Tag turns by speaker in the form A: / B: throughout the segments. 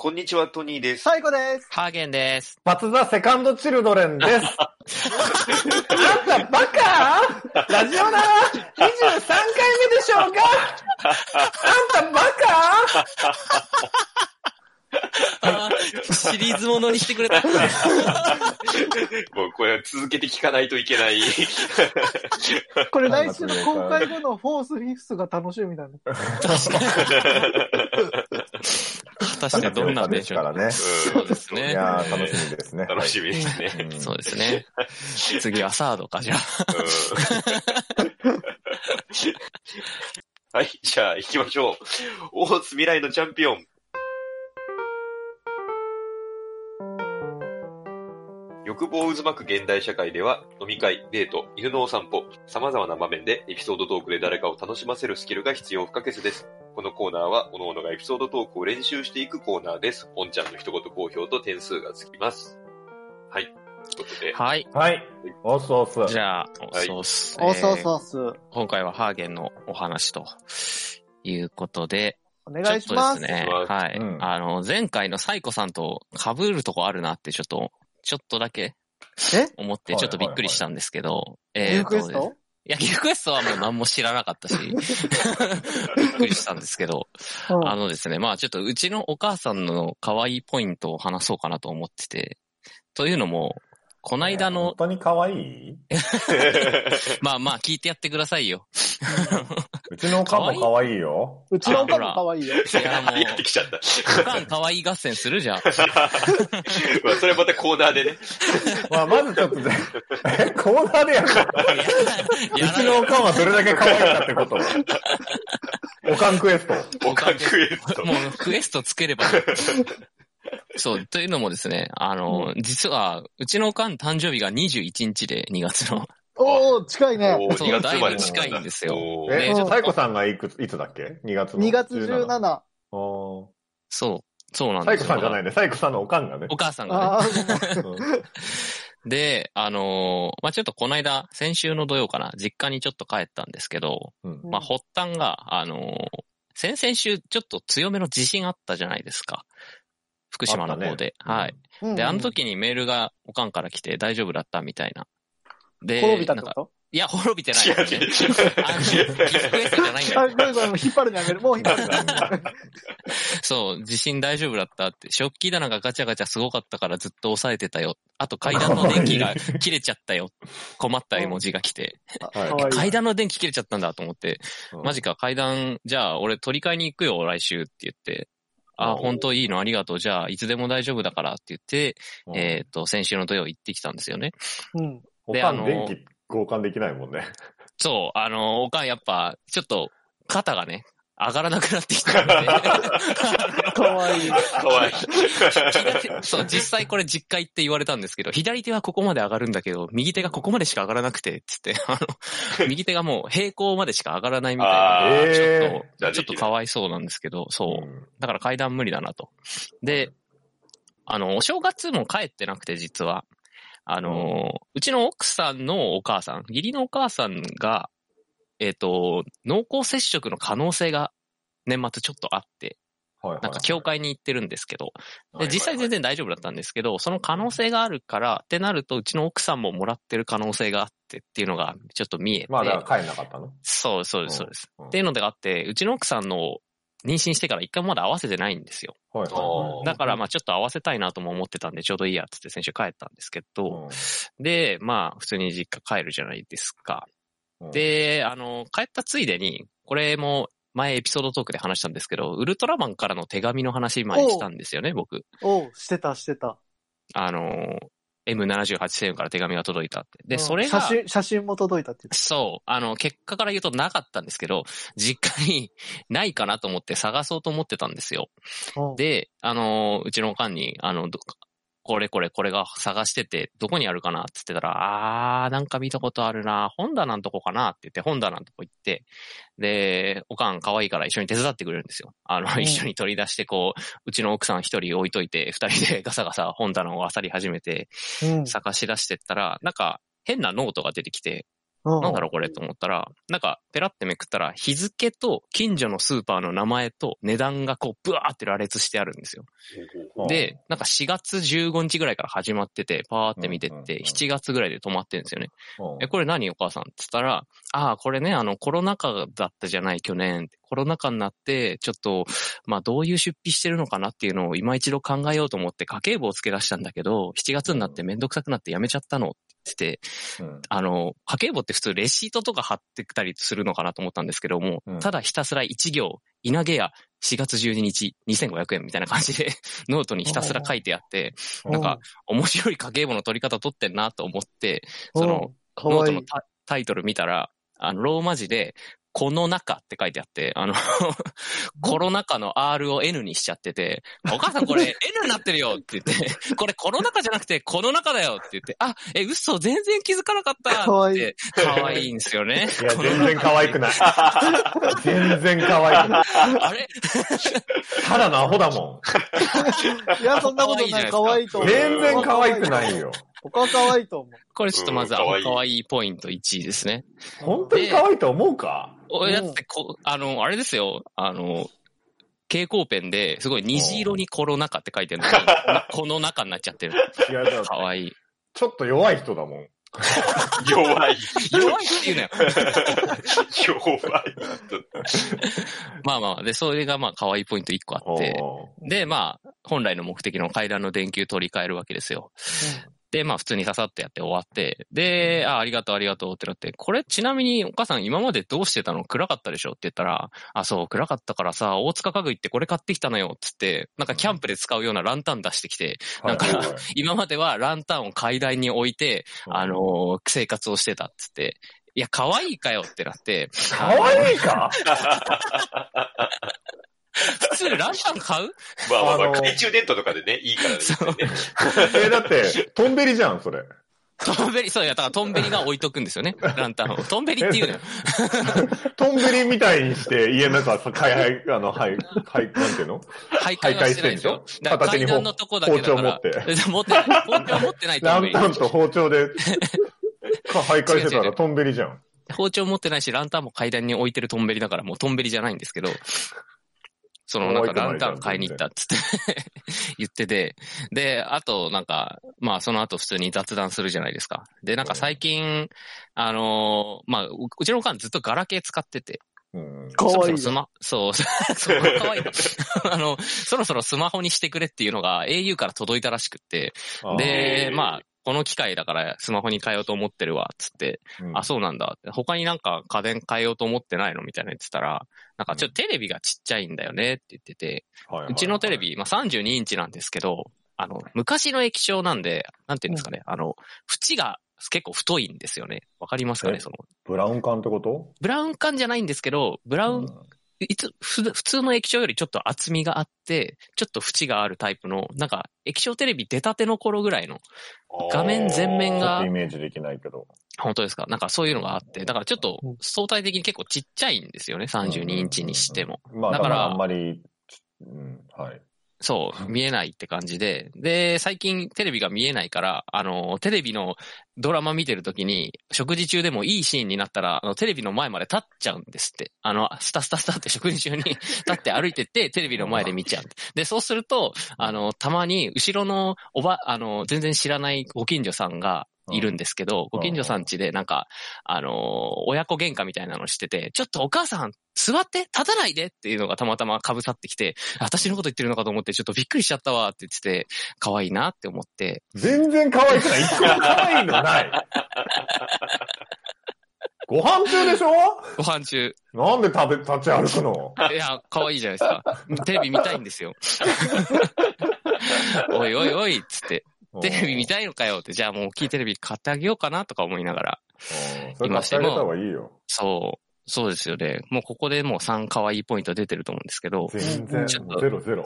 A: こんにちは、トニーです。
B: 最後です。
C: ハーゲンです。
D: 松田セカンドチルドレンです。なんだ、バカラジオだ !23 回目でしょう かあんたバカ
C: あーシリーズものにしてくれ た。
A: もうこれは続けて聞かないといけ ない。
B: これ来週の公開後のフォースフィフスが楽しみだね。
C: 果たしてどんなんでしょう。
E: です
C: そうです
A: う
E: から
C: ね
E: ね。い。やー、楽しみですね。
A: 楽しみですね。
E: み
C: そうですね。次はサードか、じゃあ。
A: うんはい、じゃあ行きましょう。オース未来のチャンピオン。欲望渦巻く現代社会では、飲み会、デート、犬のお散歩、様々な場面でエピソードトークで誰かを楽しませるスキルが必要不可欠です。このコーナーは、各々がエピソードトークを練習していくコーナーです。おんちゃんの一言好評と点数がつきます。はい。ということで、
C: はい。
D: はい。おすおす。
C: じゃあ、
A: い
C: そうっす、ね。
B: おそうそうそう。
C: 今回はハーゲンのお話ということで、
B: お願いします。
C: ちょっとですね
A: お願い、しま
C: はい、
D: うん
C: あの、前回のサイコさんと被るとこあるなって、ちょっと、ちょっとだけ
B: え
C: 思って、
D: はい
C: ちょっとびっくりしたんですけど、
B: リ
C: えー
B: クエス
C: と
B: ト
C: いや、リクエストはもう何も知らな かったし、びっくりしたんですけど、
B: うん
C: あのですね、まあちょっとうちのお母さんの可愛いポイントを話そうかなと思ってて、というのも、この間の
D: 本、当に可愛い
C: まあまあ聞いてやってくださいよ。
D: うちのおかんも可愛いよ。
B: うちのおかんも可愛いよ。
C: いや、も う、
A: やってきちゃった。
C: おかん可愛い合戦するじゃ
A: ま
C: ん。
A: あ、それはまたコーナーでね。
D: まあ、まずちょっとね、え、コーナーでやるの
C: や
D: う
C: らな
D: ち
C: い
D: のおかんはどれだけ可愛いかってこと。おかんクエスト。
A: おかんクエスト。
C: もうクエストつければ。そう、というのもですね、あの、実は、うちのおかん誕生日が21日で、2月の。
B: おお近いね。
A: おー
C: そう
A: 2月生まれ
C: だいぶ近いんですよ
A: おー
D: え、
C: ね
D: サイコさんがいくつ、いつだっけ ?2 月の。
B: 2月17。あ
D: お
C: そう、そうなん
D: サ
C: で
D: イ
C: す
D: コ
C: よ。
D: さんじゃないね。サイコさんのおかんがね。
C: お母さんがね。
B: あー、
D: うん
C: で、あのーまあ、ちょっとこの間、先週の土曜かな、実家にちょっと帰ったんですけど、
D: うん
C: まあ、発端が、あのー先々週、ちょっと強めの地震あったじゃないですか。福島の方で。
D: あったね
C: はい。
B: うん
C: で、あの時にメールがおかんから来て大丈夫だったみたいな。で、
B: 滅びたっ
C: な
B: て
C: んか
B: こ
C: いや、滅びてない
A: 違
C: よ
A: う
C: ね、
A: 違う
C: あの、ギフエストじゃないん
B: と
C: だ
B: あ、
C: よ
B: ご。めんごめん、もう引っ張るのやめる。もう引っ張るのや
C: そう、地震大丈夫だったって。食器棚がガチャガチャすごかったからずっと押さえてたよ。あと階段の電気が切れちゃったよ。困った絵文字が来て。
D: はい
B: める。
C: 階段の電気切れちゃったんだと思って。
D: うん
C: マジか、階段、じゃあ俺取り替えに行くよ、来週って言って。あ、
D: おう
C: 本当いいのありがとう。じゃあ、いつでも大丈夫だからって言って、えっ、と、先週の土曜行ってきたんですよね。
B: うん。
D: お
C: で
D: か
C: あの
D: ん電気交換できないもんね。
C: そう、あの、おかんやっぱ、ちょっと、肩がね、上がらなくなってきた んで。
B: かわいい。
A: かわいい。
C: そう、実際これ実家行って言われたんですけど、左手はここまで上がるんだけど、右手がここまでしか上がらなくて、つって、あ の、右手がもう平行までしか上がらないみた
A: あ
C: い
D: ー
C: な。ちょっ
A: じゃあで
C: と、ち
A: きな
C: ょっ
A: い
C: とかわいそうなんですけど、そうう。
D: ん
C: だから階段無理だなと。で、あの、お正月も帰ってなくて、実は。あの、うちの奥さんのお母さん、義理のお母さんが、えっ、と、濃厚接触の可能性が年末ちょっとあって、
D: はいはい
C: なんか教会に行ってるんですけど、
A: はいはい
C: で実際全然大丈夫だったんですけど、その可能性があるから、ってなると、うちの奥さんももらってる可能性があってっていうのがちょっと見えて。
D: まあ、だから帰んなかったの
C: そうそうです、そうです。
D: うん
C: っていうのがあって、うちの奥さんの妊娠してから一回もまだ合わせてないんですよ。
D: はい
A: おー
C: だからまあちょっと合わせたいなとも思ってたんで、ちょうどいいやっつって先週帰ったんですけど、で、まあ普通に実家帰るじゃないですか。
D: うん、
C: で、あの、帰ったついでに、これも前エピソードトークで話したんですけど、ウルトラマンからの手紙の話前にしたんですよね、僕。
B: おう、してた、してた。
C: あの、M78 星雲から手紙が届いたって。
B: う
C: で、
B: ん
C: それが、
B: 写真、写真も届いたって
C: そう、あの、結果から言うとなかったんですけど、実家にないかなと思って探そうと思ってたんですよ。
B: 言って。
C: で、あの、うちのおかんに、あの、どこれこれこれが探してて、どこにあるかなって言ってたら、あー、なんか見たことあるな、本棚のとこかなって言って、本棚のとこ行って、で、おかん可愛いから一緒に手伝ってくれるんですよ。あの、
B: うん
C: 一緒に取り出して、こう、うちの奥さん一人置いといて、二人でガ サガサ本棚を漁り始めて、
B: うん。
C: 探し出してったら、なんか変なノートが出てきて、
B: うん
C: なんだろうこれと思ったら、なんか、ペラってめくったら、日付と近所のスーパーの名前と値段がこう、ブワーって羅列してあるんですよ。で、なんか4月15日ぐらいから始まってて、パーって見て
E: うん
C: っ
E: うんうん
C: て、7月ぐらいで止まってるんですよね。
E: うん、
C: え、これ何お母さんって言ったら、ああ、これね、あの、コロナ禍だったじゃない、去年。コロナ禍になって、ちょっと、まあ、どういう出費してるのかなっていうのを今一度考えようと思って家計簿を付け出したんだけど、7月になってめんどくさくなってやめちゃったのって言ってて、
E: うん
C: あの、家計簿って普通レシートとか貼ってたりするのかなと思ったんですけども、
E: うん
C: ただひたすら1行、稲毛屋、4月12日、2500円みたいな感じで、 ノートにひたすら書いてあって、なんか、面白い家計簿の取り方取ってんなと思って、
B: うん
C: その、、
B: か
C: ノー
B: わ
C: ト
B: い
C: の
B: い。
C: タタイトル見たら、あの、ローマ字で、この中って書いてあって、あの、コロナ禍の R を N にしちゃってて、お母さんこれ N になってるよって言って、これコロナ禍じゃなくてこの中だよって言って、あ、え、嘘、全然気づかなかった
B: かわ
C: っ
B: い
C: て
B: い、
C: かわいいんですよ ね。
D: いや、全然可愛く ない。全然可愛くない。
C: あれ
D: ただのアホだも
B: いや、そんなことない。
C: 可
B: 可
C: 愛
B: 愛いと
D: ん。
B: 思う。
D: 全然可愛くないよ。
B: 他可愛いと思う。
C: これちょっとまず、
A: うん
C: あ
A: か
C: の
A: わいい
C: かわいいポイント1位ですね。
D: 本当に可愛いと思うか
C: おだってこ、うあの、あれですよ、あの、蛍光ペンですごい虹色にコロナ禍って書いてるの に、なこの中になっちゃってる。
D: いや、だ
C: か
D: から
C: わいい。
D: ちょっと弱い人だもん。
A: 弱い。
C: 弱いって言うなよ。
A: 弱い。
C: まあまあ、で、それがまあ、可愛いポイント1個あって、で、まあ、本来の目的の階段の電球取り替えるわけですよ。で、まあ、普通に刺さってやって終わって、で、あ、ありがとう、ありがとうってなって、これちなみにお母さん今までどうしてたの暗かったでしょって言ったら、あ、そう、暗かったからさ、大塚家具行ってこれ買ってきたのよ、つって、なんかキャンプで使うようなランタン出してきて、な
E: はい
C: んか
E: はいはい
C: 今まではランタンを階段に置いて、あのー生活をしてたっつって、いや、可愛いかよってなって、
D: 可愛い か
C: 普通ランタン買う
A: まあまあまあ、
D: あのー
A: 懐中電灯とかでね、いいからですね。
D: え、だって、トンベリじゃん、それ。
C: トンベリ、そういや、だからトンベリが置いとくんですよね。ランタンを。トンベリっていうのよ。
D: トンベリみたいにして、家の中はさ、かいはい、あの、はい、はい、なんていうの
C: 徘徊はしてないんですよ。だから
D: 徘徊してんでしょ
C: 階段のとこだけだから。
D: 片手に包
C: 持ってない。 包丁持ってないト
D: ラ
C: ンベ
D: ン
C: リ
D: タ。ンと包丁 で、か徘徊してたらトンベリじゃん。
C: 包丁持ってないし、ランタンも階段に置いてるトンベリだから、もうトンベリじゃないんですけど。その、なんかランタン買いに行ったっつって 言ってて。で、あと、なんか、まあその後普通に雑談するじゃないですか。で、なんか最近、あのーまあ、ううちのおかんずっとガラケー使ってて。
E: うん
B: か
C: そろ
B: わい
C: そろ
B: い。
C: スマ、 そう、そう、可愛いなあの、そろそろスマホにしてくれっていうのが au から届いたらしくって、で
A: へ、ー
C: まあ、この機会だからスマホに変えようと思ってるわ、つって、あ、そうなんだ。他になんか家電変えようと思ってないのみたいなの言ってたら、なんかちょっとテレビがちっちゃいんだよねって言ってて、
E: はいう
C: ちのテレビ、まあ、32インチなんですけど、あの、昔の液晶なんで、なんていうんですかね、あの、縁が結構太いんですよね。わかりますかね
E: え
C: その、
E: ブラウン管ってこと
C: ブラウン管じゃないんですけど、ブラウンいつ、ふ普通の液晶よりちょっと厚みがあって、ちょっと縁があるタイプの、なんか液晶テレビ出たての頃ぐらいの、画面全面
E: ちょっ
C: が
E: とイメージできないけど。
C: 本当ですかなんかそういうのがあって、だからちょっと相対的に結構ちっちゃいんですよね、32インチにしても。
E: まあ、
C: だか
E: だかららあんまり、うん、はい。
C: そう、見えないって感じで。で、最近テレビが見えないから、あの、テレビのドラマ見てるときに、食事中でもいいシーンになったら、あの、テレビの前まで立っちゃうんですって。あの、スタスタスタって 食事中に立って歩いてって、テレビの前で見ちゃう。で、そうすると、あの、たまに、後ろのおば、あの、全然知らないご近所さんが、いるんですけど、ご近所さん家でなんか、あのー、親子喧嘩みたいなのしてて、ちょっとお母さん、座って立たないでっていうのがたまたま被さってきて、私のこと言ってるのかと思って、ちょっとびっくりしちゃったわって言ってて、可愛いなって思って、
D: 全然可愛くない。一個も可愛いのない。 ご飯中でしょ
C: ご飯中、
D: なんで食べ、立ち歩くの
C: いや、可愛いじゃないですか。テレビ見たいんですよ。おいおいおいっつって、 テレビ見
E: い。
C: たいのかよって、じゃあもう大きいテレビ買ってあげようかなとか思いながら。
E: うん
D: それ買ってあげた方がいいよ。
C: そう、そうですよね。もうここでもう3可愛いポイント出てると思うんですけど、
D: 全然、
C: ちょっと
D: ゼロゼロ。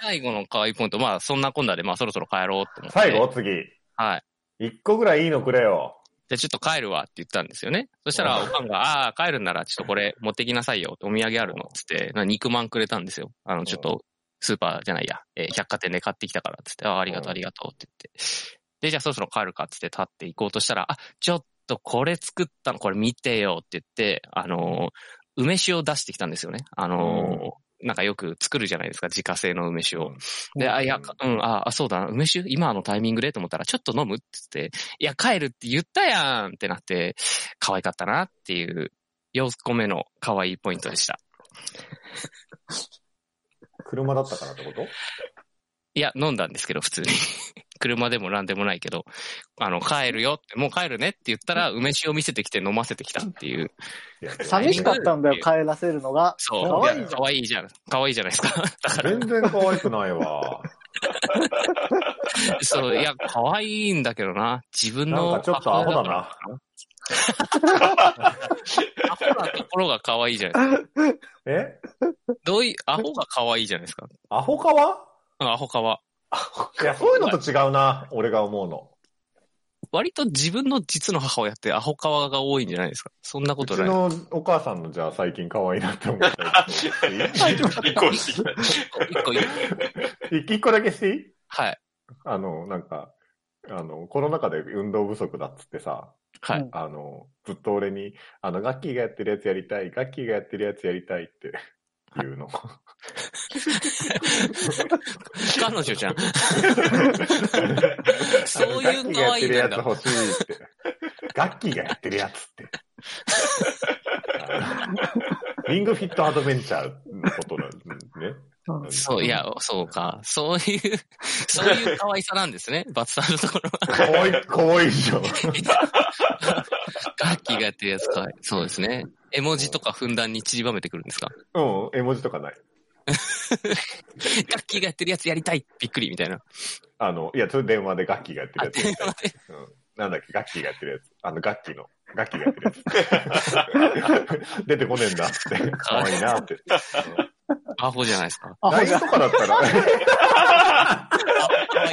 C: 最後の可愛いポイント、まあそんなこんなで、まあそろそろ帰ろうと思って。
D: 最後次。
C: はい。
D: 一個ぐらいいいのくれよ。
C: じゃあちょっと帰るわって言ったんですよね。そしたら、おかんが、ああー、帰るんならちょっとこれ持ってきなさいよ。お土産あるのっつって、なんか肉まんくれたんですよ。あの、ちょっと、スーパーじゃないや、えー百貨店で買ってきたからっつって、ああ、ありがとう、ありがとうって言って。で、じゃあそろそろ帰るかっつって立って行こうとしたら、あ、ちょっと、とこれ作ったの、これ見てよって言って、あのー、梅酒を出してきたんですよね。あのー、なんかよく作るじゃないですか、自家製の梅酒を。で、あ、いや、うん、あ、あそうだ、梅酒今のタイミングでと思ったら、ちょっと飲むって言って、いや、帰るって言ったやんってなって、可愛かったなっていう、4個目の可愛いポイントでした。
E: 車だったからってこと
C: いや、飲んだんですけど、普通に。 車でもなんでもないけど、あの、帰るよって、もう帰るねって言ったら、梅酒を見せてきて飲ませてきたっていう。
E: いや
B: 寂しかったんだよ、帰らせるのが。
C: そう。
B: 可愛いじゃん
C: 可愛いじゃん。可愛いじゃないです か。だから、
E: 全然可愛くないわ。
C: そう、いや、可愛いんだけどな。自分
E: な
C: の。
E: んかちょっとアホだ。な。
C: アホなところが可愛いじゃないですか。
E: え
C: どういう、アホが可愛いじゃないですか。
E: アホかわ
C: アホかは。
E: いや、そういうのと違うな。俺が思うの。
C: 割と自分の実の母親ってアホかわが多いんじゃないですか。そんなこ
E: う
C: と
E: ち
C: ない。
E: のお母さんのじゃあ最近可愛いなって思った やつ
A: 移行してきた。
C: 一個言う
E: 一個だけしていい
C: はい。
E: あの、なんか、あの、コロナ禍で運動不足だっつってさ、
C: はい。
E: あの、ずっと俺に、あの、ガッキーがやってるやつやりたい、ガッキーがやってるやつやりたいって言うの。
C: 彼女 じゃん。そういう可愛い
E: ガ
C: なん
E: ッキーがやってる
C: だ。
E: やつ欲しいって。ガッキーがやってるやつって。あのリングフィットアドベンチャーのことなんね。
C: そう、いや、そうか。そういう、そういう可愛さなんです ね。バツさんのところは。
E: かわいい、かわいいじゃん。
C: ガッキーがやってるやつか。そうですね。絵文字とかふんだんに散りばめてくるんですか
E: うん、絵文字とかない。
C: ガッキーがやってるやつやりたいびっくりみたいな。
E: あの、いや、それ電話でガッキーがやってるやつやりたい。うんなんだっけ、ガッキーがやってるやつ。あの、ガッキーの、ガッキーがやってるやつ。出てこねえんだって。かわいいなって。
C: アホじゃないです か。
B: アホ
E: LINE
B: じゃ
E: と
B: ん。
E: かだったら、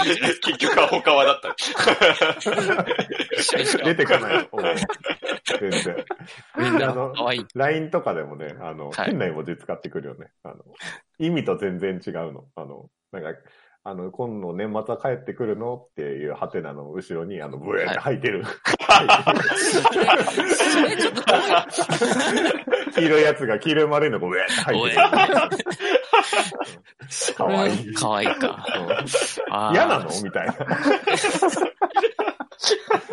A: 結局アホカワだった。
C: 一緒一緒
E: 出てこないよ。うん全然。
C: みん
E: あ
C: な
E: の
C: 可愛い。
E: LINE とかでもね、あの、
C: はい
E: 変な絵文字使ってくるよね。あの、意味と全然違うの。あの、なんか、あの、今度年末は帰ってくるのっていうハテナの後ろに、あの、ブエーって吐いてる。
C: それちょっと可愛い。
E: 黄色いやつが黄色い丸いのがブエーって吐いてる。
C: そ
E: 可愛い
C: れ可愛いか。あー
E: 嫌なのみたいな。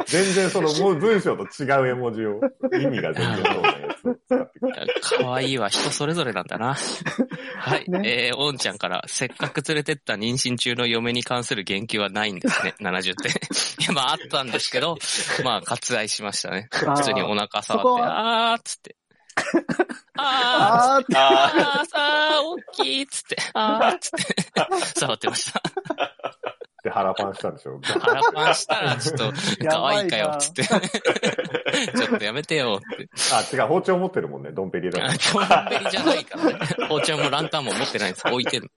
E: 全然そのもう文章と違う絵文字を、意味が全然そうなやつを使ってくる。
C: 可愛いは人それぞれなん だな。はい。えー、おんちゃんから、せっかく連れてった妊娠中の嫁に関する言及はないんですね。70点。 いや、まあ、あったんですけど、まあ、割愛しましたね。
B: あー
C: 普通にお腹触
B: そこ
C: って、あーっ つって。あーっつって
B: あー
A: あー
C: あーさー、大きいっつって、あーっつって、触ってました。
E: で腹パンしたんでしょ
C: 腹パンしたら、ちょっと、可愛いかよっつ って。ちょっとやめてよって。
E: あ、違う、包丁持ってるもんね、ドンペリ だから。
C: ドンペリじゃないから ね。包丁もランタンも持ってないんです。置いてる。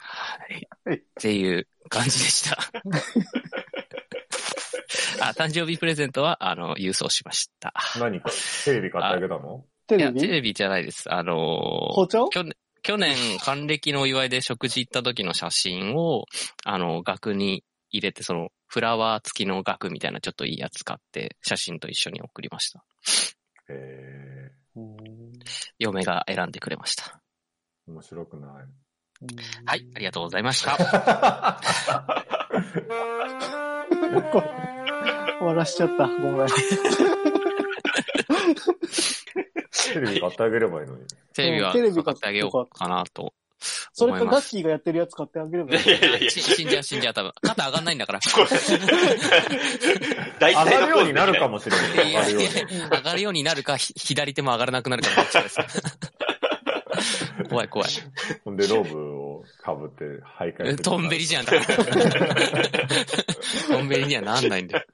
C: はい。っていう感じで した。あ、誕生日プレゼントは、あの、郵送しました。
E: 何か、テレビ買ってあげたの
B: テ
C: いや、
B: レ
C: テ
B: ビ
C: レビじゃないです。あのー
B: 包丁
C: 去年、去年、還暦のお祝いで食事行った時の写真を、あの、額に入れて、その、フラワー付きの額みたいなちょっといいやつ買って、写真と一緒に送りました。
E: え
C: 嫁が選んでくれました。
E: ー、面白くない。
C: はい、ありがとうございました。
B: こ終わらしちゃった。ごめん。
E: テレビ買ってあげればいいのに。
C: テレビは
B: テレビ
C: 買ってあげようかなと。
B: それ
C: 思
B: か
C: いま
B: ガ
C: す
B: ッキーがやってるやつ買ってあげれ ばいい。
A: いやいやいや
C: し死んじゃう、死んじゃう、多分。肩上がんないん だから。
A: 大体
E: 上が
A: の
E: る
A: ポ
E: よ
A: ー
E: うに
A: ズ
E: なるかもしれない。上がるように。
C: 上がるようになるか、ひ左手も上がらなくなるかどっちかです。 怖い怖い。
E: ほんで、ローブをかぶって、徘徊する。
C: トンベリじゃ ん。トンベリにはなんないんだよ。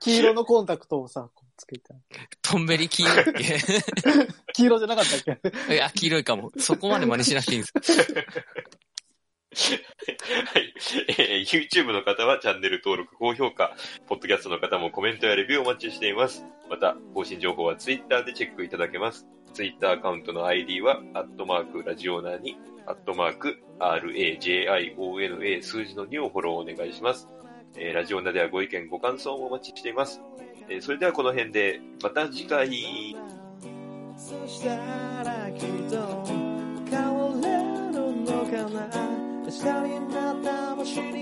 B: 黄色のコンタクトをさ、こうつけて。
C: トンベリ黄色いっ
B: 黄色じゃなかったっけ
C: け いや、黄色いかも。そこまで真似しなくていいんです。
A: はい。えー YouTube の方はチャンネル登録、高評価、ポッドキャストの方もコメントやレビューお待ちしています。また、更新情報は Twitter でチェックいただけます。Twitter アカウントの ID は、アットマーク、ラジオナーに、アットマーク、RAJIONA 数字の2をフォローお願いします。えーラジオナではご意見、ご感想もお待ちしています。ええーそれではこの辺で、また次回。
B: そしたらきっと変われるのかな明日になったもしに